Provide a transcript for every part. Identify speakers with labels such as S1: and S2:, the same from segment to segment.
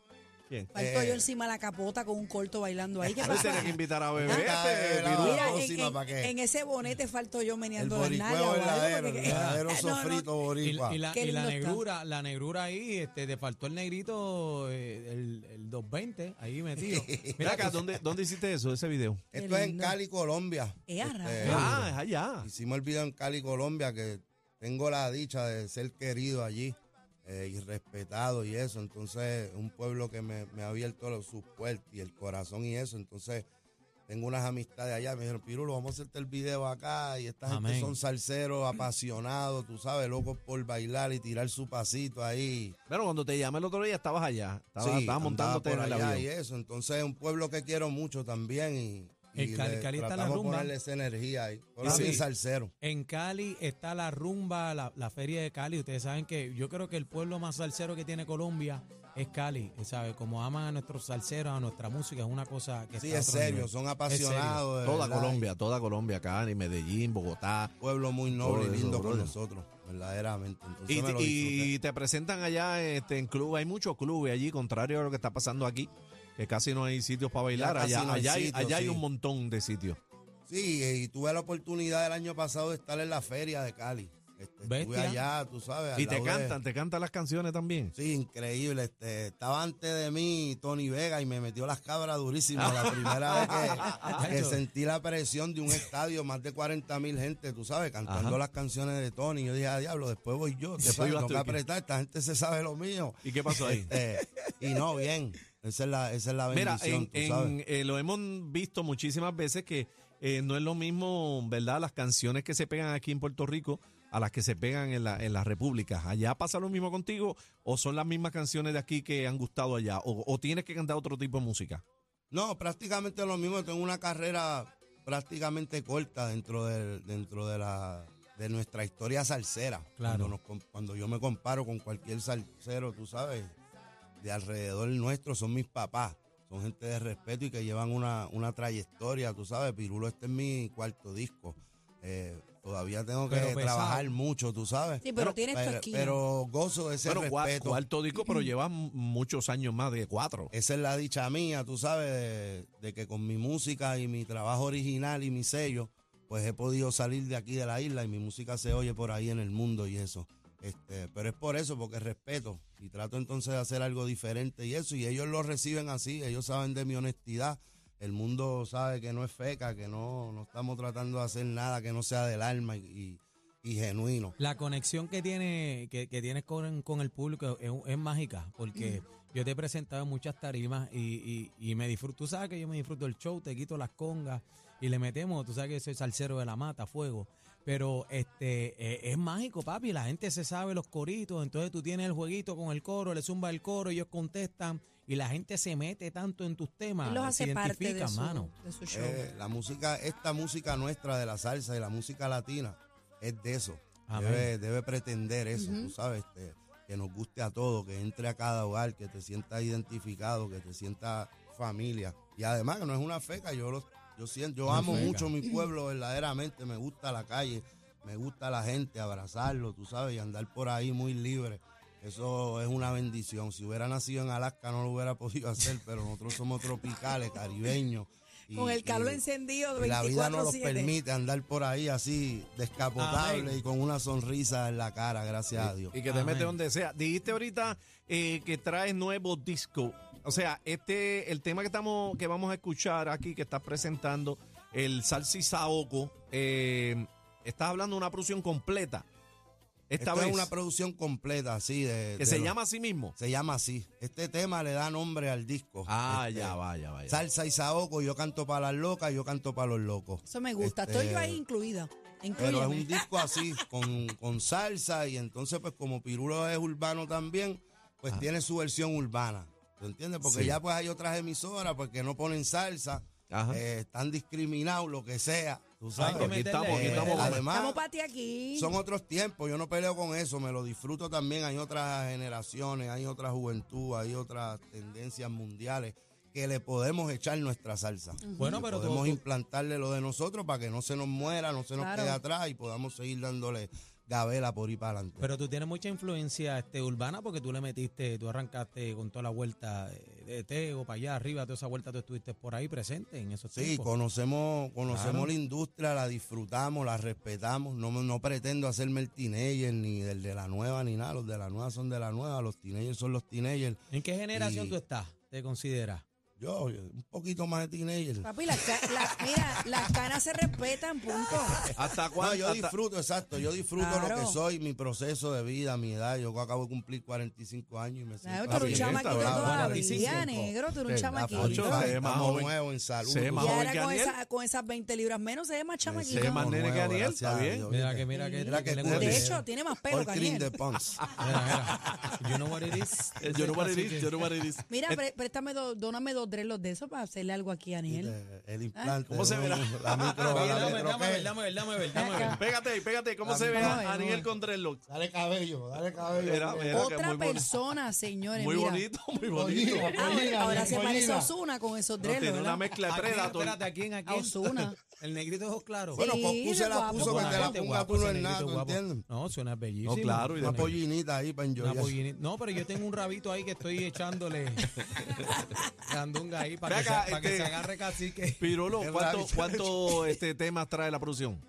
S1: ¿Quién?
S2: Faltó
S3: Eh.
S2: yo encima de la capota con un corto bailando ahí. ¿Qué
S1: Ahora
S2: pasó?
S1: tiene que invitar a bebé.
S3: Ah,
S1: este,
S3: la-
S1: Virú.
S3: la
S2: Eh, Mira, en,
S3: próxima,
S2: en-
S3: ¿pa' qué?
S2: en ese bonete faltó yo
S3: El
S2: meneando las nalgas.
S3: boricua
S2: o algo,
S3: verdadero, el
S2: porque-
S3: verdadero
S2: No, no,
S3: sofrito
S4: Y,
S3: boricua.
S4: y la,
S2: Qué
S4: y la
S2: lindo está.
S4: negrura, la negrura ahí, este, te faltó el negrito, eh, el, el 220, ahí metido.
S1: Mira acá,
S4: tú-
S1: ¿dónde, ¿dónde hiciste eso, ese video?
S3: Esto es en
S2: lindo.
S3: Cali, Colombia. Este,
S2: Eh, a rayos.
S1: Ah, es allá.
S3: Hicimos el video en Cali, Colombia, que tengo la dicha de ser querido allí eh, y respetado y eso. Entonces, un pueblo que me, me ha abierto los- sus puertas y el corazón y eso. Entonces, tengo unas amistades allá. Me dijeron, Pirulo, vamos a hacerte el video acá. Y estas gente
S4: Amén.
S3: son salseros, apasionados, tú sabes, locos por bailar y tirar su pasito ahí.
S1: Bueno, cuando te llamé el otro día estabas allá. Estabas,
S3: Sí,
S1: estabas
S3: andaba
S1: montándote en
S3: por
S1: el
S3: allá
S1: avión.
S3: y eso. Entonces, es un pueblo que quiero mucho también y... y
S4: En Cali-
S3: le
S4: Cali está la
S3: tratamos de
S4: rumba.
S3: ponerle esa energía ahí.
S4: Y sí.
S3: Solamente salsero.
S4: En Cali está la rumba, la, la feria de Cali. Ustedes saben que yo creo que el pueblo más salsero que tiene Colombia es Cali, ¿sabes? Como aman a nuestros salseros, a nuestra música, es una cosa que
S3: Sí,
S4: está a
S3: es
S4: otro
S3: serio,
S4: nivel.
S3: son
S4: serio.
S3: apasionados. de
S1: Toda
S3: verdad,
S1: Colombia, toda Colombia, Cali, Medellín, Bogotá.
S3: y Pueblo muy noble
S1: Todo
S3: y
S1: eso,
S3: lindo con
S1: brother.
S3: nosotros, verdaderamente. Entonces
S1: Y,
S3: me lo
S1: y
S3: disfruté.
S1: te presentan allá este, en clubes. Hay muchos clubes allí, contrario a lo que está pasando aquí, que casi no hay sitios para bailar.
S3: casi
S1: Allá,
S3: no hay
S1: allá, hay,
S3: sitios,
S1: allá hay
S3: sí.
S1: un montón de sitios.
S3: Sí, y tuve la oportunidad el año pasado de estar en la feria de Cali. Este, estuve
S4: Bestia.
S3: allá, tú sabes. al
S1: Y te
S3: lado de-
S1: cantan, te cantan las canciones también.
S3: Sí, increíble. Este, estaba antes de mí Tony Vega y me metió las cabras durísimas la primera vez que, que sentí la presión de un estadio, más de 40 mil gente, tú sabes, cantando
S1: Ajá.
S3: las canciones de Tony. Yo dije, a diablo, después voy yo, tú
S1: Después
S3: sabes,
S1: ibas
S3: tengo
S1: tú,
S3: que
S1: ¿qué?
S3: apretar, esta gente se sabe lo mío.
S1: ¿Y qué pasó ahí?
S3: Este, y no, bien. Esa es la, esa es la
S1: Mira,
S3: bendición,
S1: en,
S3: tú sabes.
S1: en, eh, lo hemos visto muchísimas veces que eh, no es lo mismo, ¿verdad? Las canciones que se pegan aquí en Puerto Rico a las que se pegan en, la, en las repúblicas. ¿Allá pasa lo mismo contigo o son las mismas canciones de aquí que han gustado allá? ¿O, o tienes que cantar otro tipo de música?
S3: No, prácticamente lo mismo. Tengo una carrera prácticamente corta dentro del, dentro de la de nuestra historia salsera.
S4: Claro.
S3: Cuando, nos com- cuando yo me comparo con cualquier salsero, tú sabes, de alrededor nuestro son mis papás. Son gente de respeto y que llevan una, una trayectoria, tú sabes. Pirulo, este es mi cuarto disco. Eh, todavía tengo que
S4: Pero pesado.
S3: trabajar mucho, tú sabes.
S2: Sí, pero tienes tu esquina.
S3: pero gozo de ese
S1: Bueno, cua-
S3: respeto.
S1: cuarto disco, pero llevas m- muchos años más de cuatro.
S3: Esa es la dicha mía, tú sabes, de, de que con mi música y mi trabajo original y mi sello, pues he podido salir de aquí de la isla y mi música se oye por ahí en el mundo y eso. Este, pero es por eso, porque respeto y trato entonces de hacer algo diferente y eso, y ellos lo reciben así, ellos saben de mi honestidad. El mundo sabe que no es feca, que no, no estamos tratando de hacer nada que no sea del alma y- y- y genuino.
S4: La conexión que tiene que, que tienes con, con el público es, es mágica, porque
S2: Mm.
S4: yo te he presentado en muchas tarimas y, y- y me disfruto, tú sabes que yo me disfruto el show, te quito las congas y le metemos, tú sabes que soy salsero de la mata, fuego, pero este eh, es mágico, papi, la gente se sabe los coritos, entonces tú tienes el jueguito con el coro, le zumba el coro, ellos contestan y la gente se mete tanto en tus temas,
S2: Él los
S4: se
S2: hace parte
S4: identifica,
S2: de su,
S4: mano.
S2: de su show.
S3: Eh, la música, esta música nuestra de la salsa y la música latina es de eso.
S4: Amén.
S3: Debe, debe pretender eso, tú sabes, este, que nos guste a todos, que entre a cada hogar, que te sientas identificado, que te sientas familia. Y además que no es una feca, yo los, yo siento, yo
S4: Una
S3: amo
S4: feca.
S3: mucho mi pueblo verdaderamente, me gusta la calle, me gusta la gente, abrazarlo, tú sabes, y andar por ahí muy libre. Eso es una bendición. Si hubiera nacido en Alaska no lo hubiera podido hacer, pero nosotros somos tropicales, caribeños. y-
S2: con el calor
S3: y-
S2: encendido
S3: y la vida no nos
S2: 24-7.
S3: permite andar por ahí así, descapotable
S4: Amén.
S3: y con una sonrisa en la cara, gracias a Dios.
S1: Y que te
S4: Amén.
S1: mete donde sea. Dijiste ahorita eh, que traes nuevo disco. O sea, este, el tema que estamos, que vamos a escuchar aquí, que estás presentando, el Salsi Saoco, eh, estás hablando de una producción completa. Esta
S3: Esta
S1: vez
S3: es una producción completa, así de.
S1: que
S3: de
S1: se
S3: lo-
S1: llama a sí mismo.
S3: Se llama así. Este tema le da nombre al disco.
S1: Ah,
S3: Este,
S1: ya va, ya va. ya va.
S3: Salsa y saoco, yo canto para las locas, yo canto para los locos.
S2: Eso me gusta.
S3: Este,
S2: Estoy yo ahí incluida.
S3: Pero es
S2: Incluyeme.
S3: un disco así, con, con salsa, y entonces, pues como Pirulo es urbano también, pues tiene su versión urbana. ¿Tú entiendes? Porque
S1: Sí.
S3: ya pues hay otras emisoras porque no pues, ponen salsa,
S1: Ajá.
S3: eh, están discriminados, lo que sea. Tú sabes,
S1: que
S3: aquí
S1: meterle.
S3: estamos, aquí
S1: Eh,
S3: estamos. además,
S2: Estamos para ti aquí.
S3: son otros tiempos, yo no peleo con eso, me lo disfruto también. Hay otras generaciones, hay otra juventud, hay otras tendencias mundiales que le podemos echar nuestra salsa.
S4: Bueno,
S3: Le
S4: pero tú-
S3: podemos
S4: tú-
S3: implantarle lo de nosotros para que no se nos muera, no se nos
S2: Claro.
S3: quede atrás y podamos seguir dándole gabela por ahí para adelante.
S4: Pero tú tienes mucha influencia este, urbana porque tú le metiste, tú arrancaste con toda la vuelta eh, de Tego para allá arriba, toda esa vuelta tú estuviste por ahí presente en esos
S3: Sí,
S4: tiempos.
S3: conocemos, conocemos
S4: Claro.
S3: la industria, la disfrutamos, la respetamos. No, me- no pretendo hacerme el teenager ni del de la nueva ni nada. Los de la nueva son de la nueva, los teenagers son los teenagers.
S4: ¿En qué generación
S3: Y-
S4: tú estás? ¿Te consideras?
S3: Yo, yo, un poquito más de teenager.
S2: Papi, las, ca- las- mira, las canas se respetan, punto.
S1: ¿Hasta
S3: No,
S1: cuándo?
S3: yo
S1: hasta-
S3: disfruto, exacto. Yo disfruto
S2: Claro.
S3: lo que soy, mi proceso de vida, mi edad. Yo acabo de cumplir 45 años y me siento
S2: Claro, tú eres un
S3: bien.
S2: chamaquito
S3: Estaba
S2: todavía,
S3: 45.
S2: negro, tú eres un
S3: Sí,
S2: chamaquito.
S3: Nacho,
S1: Se ve
S3: estamos
S1: más joven.
S3: nuevos en salud.
S1: Se ve más
S2: Y
S1: joven
S2: ahora
S1: que
S2: con,
S1: Aniel.
S2: esa- con esas 20 libras menos se ve más
S3: Me
S2: chamaquito.
S3: siento
S1: más nene que
S3: nuevo,
S1: Aniel,
S3: gracias
S1: está
S3: a
S1: bien.
S3: Dios,
S4: Mira
S3: ¿viste?
S4: que mira que,
S3: Mira que
S4: le
S3: tú
S4: gusta.
S2: De
S3: eres-
S2: hecho, tiene más pelo
S3: All
S2: que
S3: cream
S2: Aniel.
S3: de punks.
S4: Mira, mira. You know what it is.
S1: Eh, Yo no voy a decir, yo no voy a decir.
S2: Mira, pre- préstame, dos, dóname dos dreadlocks de esos para hacerle algo aquí a Aniel.
S3: Eh, El implante.
S1: ¿Cómo se
S3: ¿no?
S1: verá?
S3: La micro, la
S4: Ah, Dame, dame,
S3: micro-
S4: ver, dame, ver, dame, ver, dame ver.
S1: Pégate ahí, pégate ahí. ¿Cómo se ve
S2: Vamos
S1: a
S2: a ver, vamos a
S1: Aniel
S2: ver.
S1: con dreadlocks?
S3: Dale cabello, dale cabello.
S1: Era, era que muy
S2: Otra
S1: bonito.
S2: persona, señores.
S1: Muy
S2: mira.
S1: bonito, muy bonito.
S3: Pollina,
S2: Ah,
S3: pollina,
S2: ahora se
S3: pollina.
S2: parece a Osuna con esos
S1: No, tiene
S2: dreadlocks.
S1: una
S2: ¿verdad?
S1: mezcla de
S4: Espérate,
S1: Predator.
S4: espérate, ¿a quién? ¿A
S2: A
S4: quién?
S2: Osuna.
S4: El negrito de ojos claros.
S3: Bueno,
S2: Sí,
S3: Coscu se la
S2: guapo.
S3: puso que
S4: Bueno,
S3: te la
S4: este
S3: ponga
S4: guapo,
S3: tú no
S4: ese
S3: es nada,
S4: negrito
S3: ¿tú
S4: guapo.
S3: entiendes?
S4: No, suena bellísimo.
S1: No, claro, y
S3: Una
S4: Suena-
S3: pollinita ahí para
S4: una
S3: enjoyar.
S4: pollinita. No, pero yo tengo un rabito ahí que estoy echándole gandunga ahí para,
S1: Ve
S4: que,
S1: acá,
S4: se, para que
S1: este-
S4: se agarre cacique.
S1: Pirulo,
S3: Qué
S1: ¿cuánto,
S3: maravilla.
S1: cuánto, este temas trae la producción?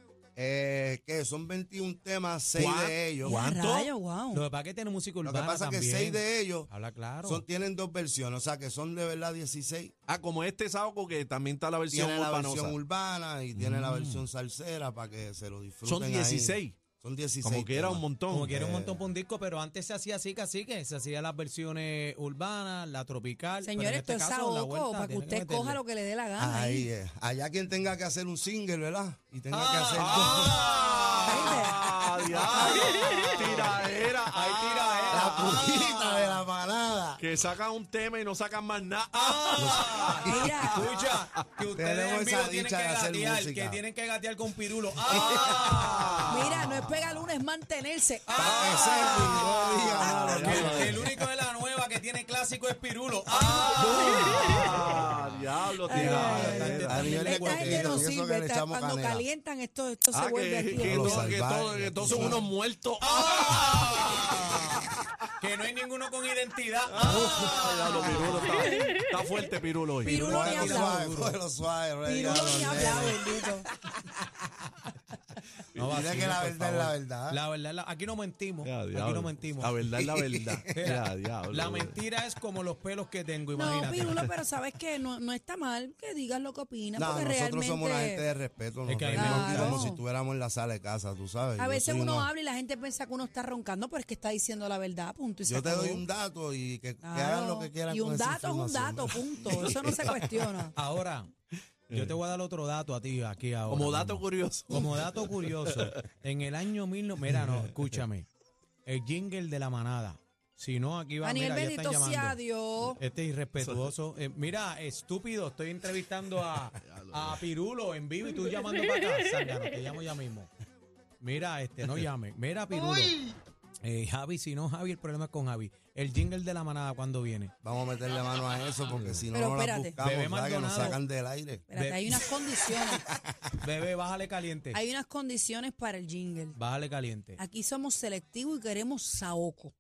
S3: Eh, que son 21 temas, 6
S1: ¿Cuán-
S3: de ellos.
S1: cuánto?
S2: Rayo, wow.
S4: Lo que pasa es que tiene música
S3: Lo
S4: urbana
S3: que pasa es que
S4: también.
S3: 6 de ellos
S4: Habla claro.
S3: son, tienen dos versiones, o sea que son de verdad 16.
S1: Ah, como este sábado que también está la versión
S3: Tiene la
S1: urbanosa.
S3: versión urbana y tiene la versión salsera para que se lo disfruten.
S1: Son
S3: ahí.
S1: 16.
S3: Son 16.
S1: Como que era
S3: temas.
S1: un montón.
S4: Como que era un
S3: eh.
S4: montón para un disco, pero antes se hacía así, cacique. Se hacía las versiones urbanas, la tropical. pero en
S2: Señores,
S4: este
S2: esto es
S4: caso, la
S2: saoco
S4: vuelta
S2: para que
S4: tiene
S2: usted
S4: meterle.
S2: coja lo que le dé la gana.
S3: Ahí
S2: ahí.
S3: es. Allá quien tenga que hacer un single, ¿verdad? Y tenga que hacer.
S1: ¡Ah! diablo. Tiradera, hay tiradera.
S3: La
S1: Ah,
S3: pujita de la parada.
S1: que sacan un tema y no sacan más nada. ¡Ah!
S2: Mira,
S4: Escucha, que ustedes
S3: ah, Tenemos
S4: en vivo tienen
S3: esa
S4: que
S3: dicha de hacer
S4: gatear,
S3: música.
S4: que tienen que gatear con pirulo. ¡Ah!
S2: mira, no es pega luna, es mantenerse.
S3: Para que sepa y no diga nada.
S4: Que el único de la nueva que tiene clásico es pirulo.
S1: ¡Ah! ¡Diablo, tiradera!
S3: A nivel de
S2: Ah, Esta
S3: cuarteto,
S2: gente no
S3: y eso que
S2: sirve.
S3: le
S2: esta-
S3: echamos
S2: Cuando
S3: canela.
S2: calientan esto, esto
S1: Ah,
S2: se vuelve
S1: que, que,
S3: Los
S2: aquí.
S1: todo- que
S3: salvajes,
S1: todo- que todos
S3: tú
S1: son
S3: sabes.
S1: unos muertos. ¡Ah!
S4: Que no hay ninguno con identidad.
S1: Ah, diablo, Pirulo está, está fuerte, Pirulo hoy.
S2: Pirulo ni
S3: Cógelo
S2: habla.
S3: suave, cógelo suave, no le digas
S2: Pirulo ni
S3: nada,
S2: habla,
S3: nene.
S2: bendito.
S4: No
S3: Mira
S4: vacilen,
S3: que la
S4: por
S3: verdad es
S4: favor.
S3: la verdad.
S4: La verdad, es la- aquí no mentimos.
S1: Ya,
S4: aquí
S1: diablo.
S4: no mentimos.
S1: La verdad es la verdad. Ya, diablo.
S4: La mentira es como los pelos que tengo,
S2: No,
S4: imagínate.
S2: Pirulo, pero sabes que no, no está mal que digas lo que opinas,
S3: No,
S2: porque
S3: nosotros
S2: realmente
S3: somos una gente de respeto, nos
S4: que hay
S3: reunimos
S2: Claro.
S3: como si estuviéramos en la sala de casa, tú sabes.
S2: a
S3: Yo
S2: veces
S3: soy
S2: uno
S3: una-
S2: habla y la gente piensa que uno está roncando, pero es que está diciendo la verdad, punto. Y se
S3: Yo te doy
S2: acabó.
S3: un dato y que, que
S2: Claro.
S3: hagan lo que quieran
S2: Y
S3: con
S2: un
S3: esa
S2: dato es un
S3: información.
S2: dato, punto. Eso no se cuestiona.
S4: Ahora, yo te voy a dar otro dato a ti aquí ahora.
S1: Como dato
S4: mismo.
S1: curioso.
S4: Como dato curioso, en el año 19... Mira, no, escúchame. El jingle de la manada. Si no, aquí va,
S2: Daniel
S4: mira, ya están
S2: bendito sea
S4: llamando.
S2: Dios.
S4: Este irrespetuoso. Eh, mira, estúpido, estoy entrevistando a, a Pirulo en vivo y tú llamando para acá. Sácalo, te llamo ya mismo. Mira, este, no llame. Mira, Pirulo. Eh, Javi, si no, Javi, el problema es con Javi. El jingle de la manada, cuando viene?
S3: Vamos a meterle mano a eso porque si no,
S2: Pero
S3: no la
S2: espérate.
S3: buscamos,
S4: Bebé
S3: ¿verdad? que nos
S4: Maldonado.
S3: sacan del aire.
S2: Espérate,
S4: Ve-
S2: hay unas condiciones.
S4: Bebé, bájale caliente.
S2: Hay unas condiciones para el jingle.
S4: Bájale caliente.
S2: Aquí somos selectivos y queremos saoco.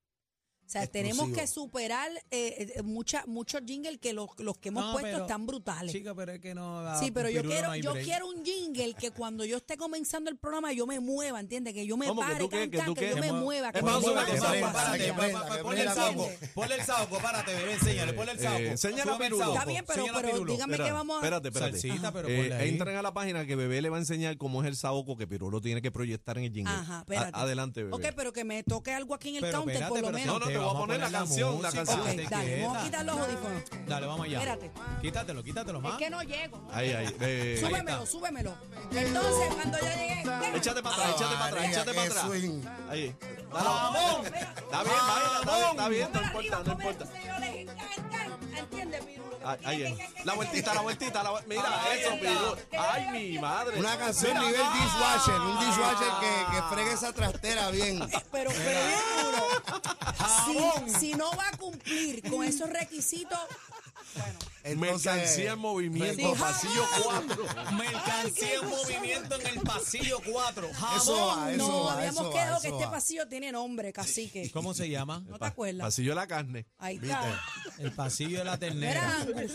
S2: O sea,
S3: Exclusivo.
S2: tenemos que superar eh, eh, mucha- muchos jingles que los, los que hemos
S4: No,
S2: puesto
S4: pero-
S2: están brutales.
S4: Chica, pero es que no. a
S2: Sí, pero yo
S4: Pirulo no
S2: quiero,
S4: hay
S2: yo
S4: break.
S2: quiero un jingle que cuando yo esté comenzando el programa yo me mueva, ¿entiendes? Que yo me
S1: ¿Cómo que
S2: pare,
S1: tú qué?
S2: can,
S1: ¿Que
S2: can,
S1: tú
S2: que
S1: qué?
S2: yo me
S4: Te mueve-
S2: mueva.
S4: Es
S2: que
S4: más,
S2: yo me
S4: súbete,
S3: que
S2: mueva.
S4: párate, párate,
S3: prenda, que prenda,
S4: pa- pa-
S3: que
S4: Ponle el
S3: prenda.
S4: saoco, ponle el saoco, párate, bebé, enséñale, ponle el
S1: Eh,
S4: saoco.
S1: enséñala,
S4: Súbeme el
S1: Pirulo.
S4: saoco,
S2: Está bien, pero-
S4: enséñala,
S2: pero
S4: Pirulo.
S2: dígame qué vamos a-
S1: Espérate, espérate.
S4: Salsita,
S1: Ajá.
S4: pero
S1: Eh,
S4: ponle ahí.
S1: entren a la página que Bebé le va a enseñar cómo es el saoco que Pirulo tiene que proyectar en el jingle.
S2: Ajá, espérate.
S1: A- adelante, Bebé.
S2: Ok, pero que me toque algo aquí en el
S4: Pero
S2: counter
S4: espérate,
S2: por lo
S4: pero
S2: menos.
S1: No, no, te voy a
S4: vamos
S1: poner la canción, la
S4: música,
S1: canción.
S2: ok,
S4: te
S2: dale,
S4: queda.
S2: vamos a quitar los audífonos.
S4: Dale, vamos allá.
S2: Espérate.
S4: Quítatelo, quítatelo
S2: Es
S4: más.
S2: que no llego.
S1: ¿Ah? Ahí, ahí. eh,
S2: súbemelo, súbemelo. Entonces, cuando yo llegué. ¿qué? Ah,
S1: Échate para atrás, échate para atrás,
S3: María,
S1: échate para
S3: qué
S1: atrás.
S3: swing.
S1: Ahí. Dale.
S2: Ah,
S1: Está bien, baila, está bien, está bien, no importa, no
S2: Póngalo
S1: importa.
S2: arriba, póngalo, entonces yo les- can, can. ¿Entiendes, Pirulo?
S1: Ay, ay, ay. La vueltita, la vueltita. la vu- mira, eso, Pirul. Ay, mi madre.
S3: Una canción
S1: Mira,
S3: nivel
S1: ah.
S3: dishwasher, un dishwasher que, que fregue esa trastera bien.
S2: Pero, pero bien duro. Si, si no va a cumplir con esos requisitos,
S1: Mercancía en movimiento,
S2: "Ah,
S3: Reco-
S1: pasillo 4.
S4: Mercancía en movimiento en el pasillo 4.
S3: Eso va, eso
S2: no
S3: va,
S2: habíamos
S3: eso va,
S2: quedado
S3: eso
S2: que este
S3: va.
S2: pasillo tiene nombre, cacique.
S4: ¿Cómo se llama?
S2: ¿No te acuerdas?
S1: Pasillo de la carne.
S2: Ahí está.
S4: El pasillo de la
S2: Era
S4: ternera.
S2: Angus.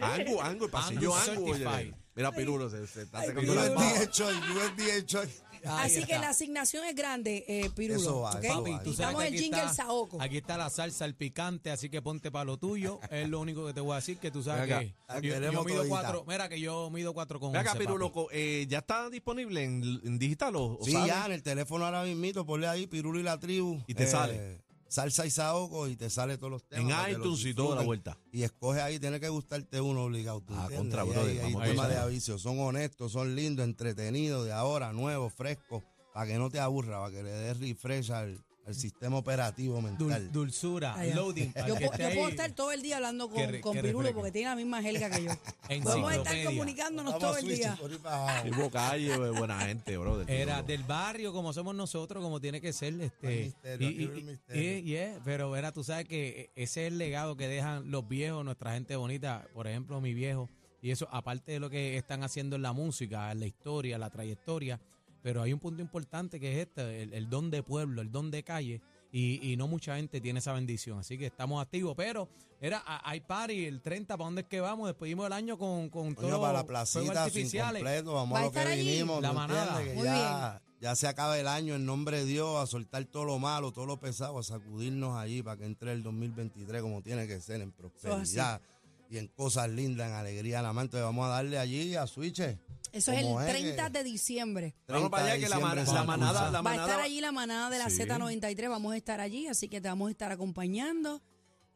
S1: Angu, angu, el pasillo
S4: Angus
S1: angu. oye.
S4: certified.
S1: Mira, Pirulo, se, se está sacando la
S3: USDA choice, USDA choice.
S4: Ahí
S2: Así que
S4: está.
S2: la asignación es grande, eh, Pirulo.
S3: Eso va,
S2: ¿ok?
S3: eso
S4: Papi,
S3: va.
S4: tú
S2: Quitamos
S4: sabes que
S2: el
S4: aquí
S2: jingle
S4: está,
S2: saoco.
S4: aquí está la salsa, el picante, así que ponte para lo tuyo. Es lo único que te voy a decir, que tú sabes
S1: Venga,
S4: que
S3: ah,
S4: yo,
S3: queremos
S4: yo mido
S3: todita.
S4: cuatro. Mira que yo mido cuatro con
S1: Ve acá,
S4: once,
S1: Pirulo,
S4: papi.
S1: co- eh, ¿ya está disponible en, en digital o, o
S3: Sí,
S1: sale?
S3: ya en el teléfono ahora mismito, ponle ahí Pirulo y la tribu. eh,
S1: Y te sale.
S3: Salsa y saoco y te sale todos los
S1: En
S3: temas. para que los
S1: iTunes y toda la
S3: disfruten.
S1: vuelta.
S3: Y escoge ahí, tiene que gustarte uno obligado. ¿tú
S1: Ah,
S3: entiendes?
S1: contra,
S3: Ahí
S1: brother,
S3: hay- hay
S1: vamos
S4: a
S3: temas de
S1: gozar.
S3: aviso. Son honestos, son lindos, entretenidos, de ahora, nuevos, frescos, para que no te aburra, para que le des refresh al, al sistema operativo mental.
S4: Dul- dulzura,
S2: Allá.
S4: loading. para
S2: Yo,
S4: el que
S2: po-
S4: esté
S2: yo puedo
S4: ahí
S2: estar todo el día hablando
S4: Qué
S2: con,
S4: re-
S2: con
S4: qué
S2: Pirulo
S4: refresco.
S2: porque tiene la misma jerga que yo.
S4: en
S2: Vamos a estar
S4: enciclopedia.
S2: comunicándonos
S3: Vamos
S2: todo
S3: a
S2: el
S3: switch,
S2: día.
S3: por ahí para abajo.
S1: Y Bocalle, eh, buena gente, brother.
S4: Era
S1: Pirulo.
S4: del barrio, como somos nosotros, como tiene que ser.
S3: Hay
S4: Este,
S3: misterio, aquí hay misterio.
S4: y- eh, yeah, pero era, tú sabes que ese es el legado que dejan los viejos, nuestra gente bonita, por ejemplo, mi viejo. Y eso, aparte de lo que están haciendo en la música, en la historia, la trayectoria. Pero hay un punto importante que es este, el, el don de pueblo, el don de calle. Y, y no mucha gente tiene esa bendición. Así que estamos activos. Pero, era, a- hay party, el 30, ¿para dónde es que vamos? Despedimos el año con, con
S3: Coño,
S4: todos
S3: para la
S4: los fuegos
S3: placita, sin
S4: artificiales.
S3: completo, vamos
S2: Va
S3: a
S2: a
S3: lo que
S2: estar allí,
S3: vinimos.
S4: la
S3: ¿tú entiendes?
S4: manada.
S3: Que
S2: Muy
S3: ya, ya se acaba el año en nombre de Dios, a soltar todo lo malo, todo lo pesado, a sacudirnos allí para que entre el 2023 como tiene que ser, en prosperidad y en cosas lindas, en alegría al amante. Vamos a darle allí a Switches.
S2: Eso es el
S3: ¿Cómo es?
S2: 30 de diciembre.
S1: Vamos para allá que la, ma- la manada, la
S2: Va a
S1: manada.
S2: estar allí la manada de la
S1: Sí.
S2: Z93, vamos a estar allí, así que te vamos a estar acompañando.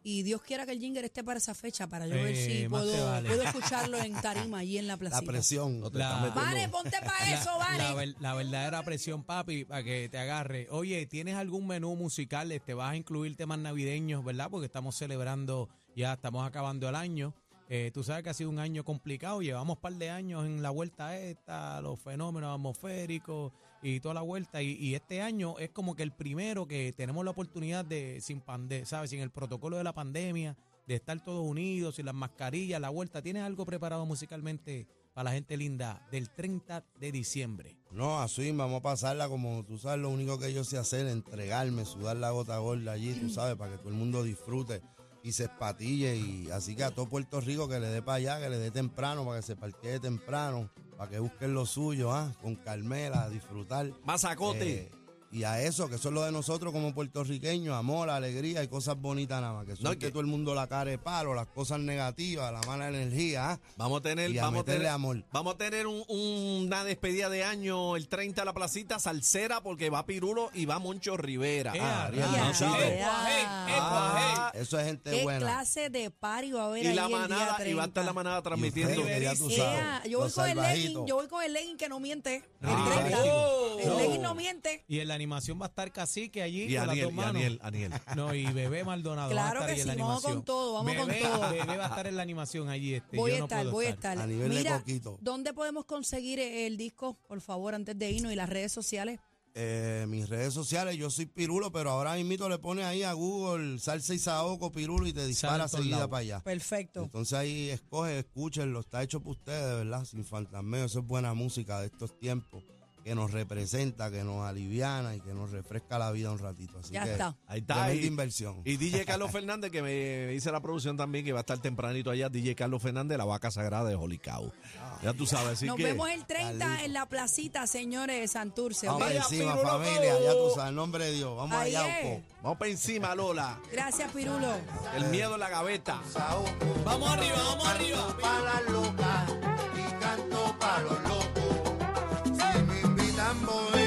S2: Y Dios quiera que el Jinger esté para esa fecha, para yo ver
S4: Eh,
S2: si
S4: más te
S2: puedo,
S4: vale.
S2: puedo escucharlo en tarima, allí en la
S3: La
S2: placita.
S3: presión.
S1: No te
S4: La-
S1: estás metiendo.
S2: Vale, ponte para
S4: La-
S2: eso,
S4: La,
S2: vale.
S4: ver- la verdadera presión, papi, para que te agarre. Oye, ¿tienes algún menú musical? ¿Te vas a incluir temas navideños, verdad? Porque estamos celebrando, ya estamos acabando el año. Eh, tú sabes que ha sido un año complicado. Llevamos un par de años en la vuelta esta, los fenómenos atmosféricos y toda la vuelta. Y, y este año es como que el primero que tenemos la oportunidad de, sin pande ¿sabes? Sin el protocolo de la pandemia, de estar todos unidos, sin las mascarillas, la vuelta. ¿Tienes algo preparado musicalmente para la gente linda del 30 de diciembre?
S3: No, así vamos a pasarla como tú sabes, lo único que yo sé hacer es entregarme, sudar la gota gorda allí, tú sabes, para que todo el mundo disfrute y se espatille. Y así que a todo Puerto Rico que le dé para allá, que le dé temprano, para que se parquee temprano, para que busquen lo suyo, ¿ah? con Carmela, a disfrutar.
S1: Mazacote.
S3: Eh, y a eso, que eso es lo de nosotros como puertorriqueños, amor, alegría y cosas bonitas nada más. Que eso
S1: No,
S3: es
S1: y
S3: que
S1: que-
S3: todo el mundo la cara de palo, las cosas negativas, la mala energía, ¿ah?
S1: Vamos a tener,
S3: y a
S1: vamos a
S3: meterle
S1: tener,
S3: amor.
S1: vamos a tener un- un- una despedida de año el 30 a la placita salsera porque va Pirulo y va Moncho Rivera.
S4: ¡Eh,
S1: Ah,
S3: Ariel,
S4: ah,
S3: no sabe.
S4: eh, guajé, eh, guajé!
S1: ah,
S3: Eso es gente
S2: ¿Qué
S3: buena.
S2: clase de party va a haber
S1: y
S2: ahí
S1: la
S2: el día
S1: manada, y va a
S2: 30?
S1: estar la manada
S3: Y
S1: transmitiendo.
S3: ustedes, que ya tú sabes,
S2: Ea, yo, voy
S3: los
S2: con el legging,
S3: salvajitos.
S2: yo voy con el legging que no miente.
S1: Ah,
S2: el 30.
S1: oh.
S2: el legging no miente.
S4: Y en la animación va a estar Cacique allí
S1: Y
S4: con las
S1: Aniel,
S4: dos
S1: y
S4: manos.
S1: Aniel, Aniel.
S4: No, y Bebé Maldonado. va a
S2: Claro
S4: estar
S2: que
S4: ahí en
S2: sí,
S4: la
S2: vamos con
S4: animación.
S2: todo, vamos con
S4: Bebé-
S2: todo.
S4: Bebé va a estar en la animación allí. Este,
S2: Voy
S4: yo
S2: a
S4: no
S2: estar,
S4: puedo
S2: voy a estar.
S3: A nivel de
S2: Mira,
S3: coquito.
S2: ¿dónde podemos conseguir e-, el disco, por favor, antes de irnos y las redes sociales?
S3: Eh, mis redes sociales, yo soy Pirulo, pero ahora mismo le pone ahí a Google salsa y saoco Pirulo y te dispara
S4: a todos
S3: seguida
S4: lados.
S3: para allá.
S2: Perfecto.
S3: Entonces ahí escoge, escúchenlo, está hecho para ustedes, ¿verdad? Sin fantasmeo, eso es buena música de estos tiempos que nos representa, que nos aliviana y que nos refresca la vida un ratito. Así
S2: Ya
S3: que
S2: está.
S1: Ahí está.
S3: tremenda
S1: Y,
S3: inversión.
S1: y DJ Carlos Fernández, que me dice la producción también, que va a estar tempranito allá. DJ Carlos Fernández, la vaca sagrada de Jolicao. Ya tú sabes, así
S2: Nos
S1: que.
S2: vemos el 30
S3: Carlito.
S2: en la placita, señores de Santurce.
S3: Vamos
S2: ¿ok?
S3: para
S1: Vaya,
S3: encima,
S1: Pirulo,
S3: familia,
S1: go.
S3: ya tú sabes, en nombre de Dios. Vamos
S2: Ahí
S3: allá,
S2: es.
S3: Oco.
S1: Vamos para encima, Lola.
S2: Gracias, Pirulo.
S1: El miedo en la gaveta.
S4: Vamos arriba, vamos arriba.
S5: para las locas y canto para los locos. Si me invitan voy.